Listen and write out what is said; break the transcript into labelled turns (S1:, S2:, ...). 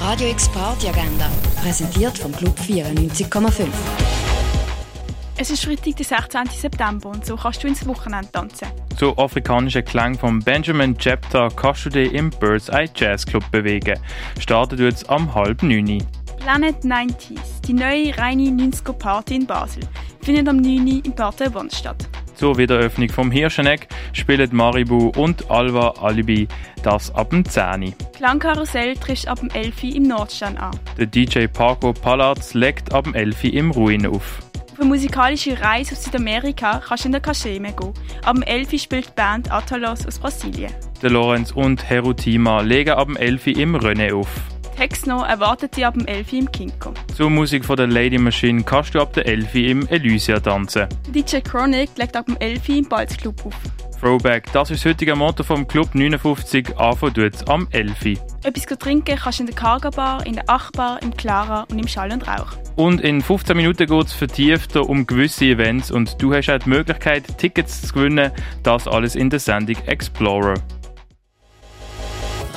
S1: Radio X Party Agenda, präsentiert vom Club 94,5.
S2: Es ist Freitag, der 16. September und so kannst du ins Wochenende tanzen.
S3: Zu afrikanischen Klang von Benjamin Jepter kannst du dich im Bird's Eye Jazz Club bewegen. Startet jetzt am halb neun.
S2: Planet 90s, die neue reine 90er Party in Basel, findet am 9. Uhr im Parterre Wann statt.
S3: Zur Wiedereröffnung vom Hirscheneck spielen Maribu und Alva Alibi das ab dem 10. Uhr.
S2: Klangkarussell triffst ab dem 11. Uhr im Nordstern an.
S3: Der DJ Paco Palaz legt ab dem 11. Uhr im Ruin auf.
S2: Auf eine musikalische Reise auf Südamerika kannst du in der Kascheme gehen. Ab dem 11. Uhr spielt die Band Atalos aus Brasilien.
S3: Der Lorenz und Herutima legen ab dem 11. Uhr im René auf.
S2: Texno erwartet dich ab dem 11. Uhr im Kinko.
S3: Zur Musik von der Lady Machine kannst du ab der 11. Uhr im Elysia tanzen.
S2: DJ Chronic legt ab dem 11. Uhr im Balzclub auf.
S3: Throwback, das ist das heutige Motto vom Club 59, anfangen tut's am 11. Uhr.
S2: Etwas zu trinken kannst du in der Karga Bar, in der Achbar, im Clara und im Schall und Rauch.
S3: Und in 15 Minuten geht es vertiefter um gewisse Events und du hast auch die Möglichkeit, Tickets zu gewinnen. Das alles in der Sendung Explorer.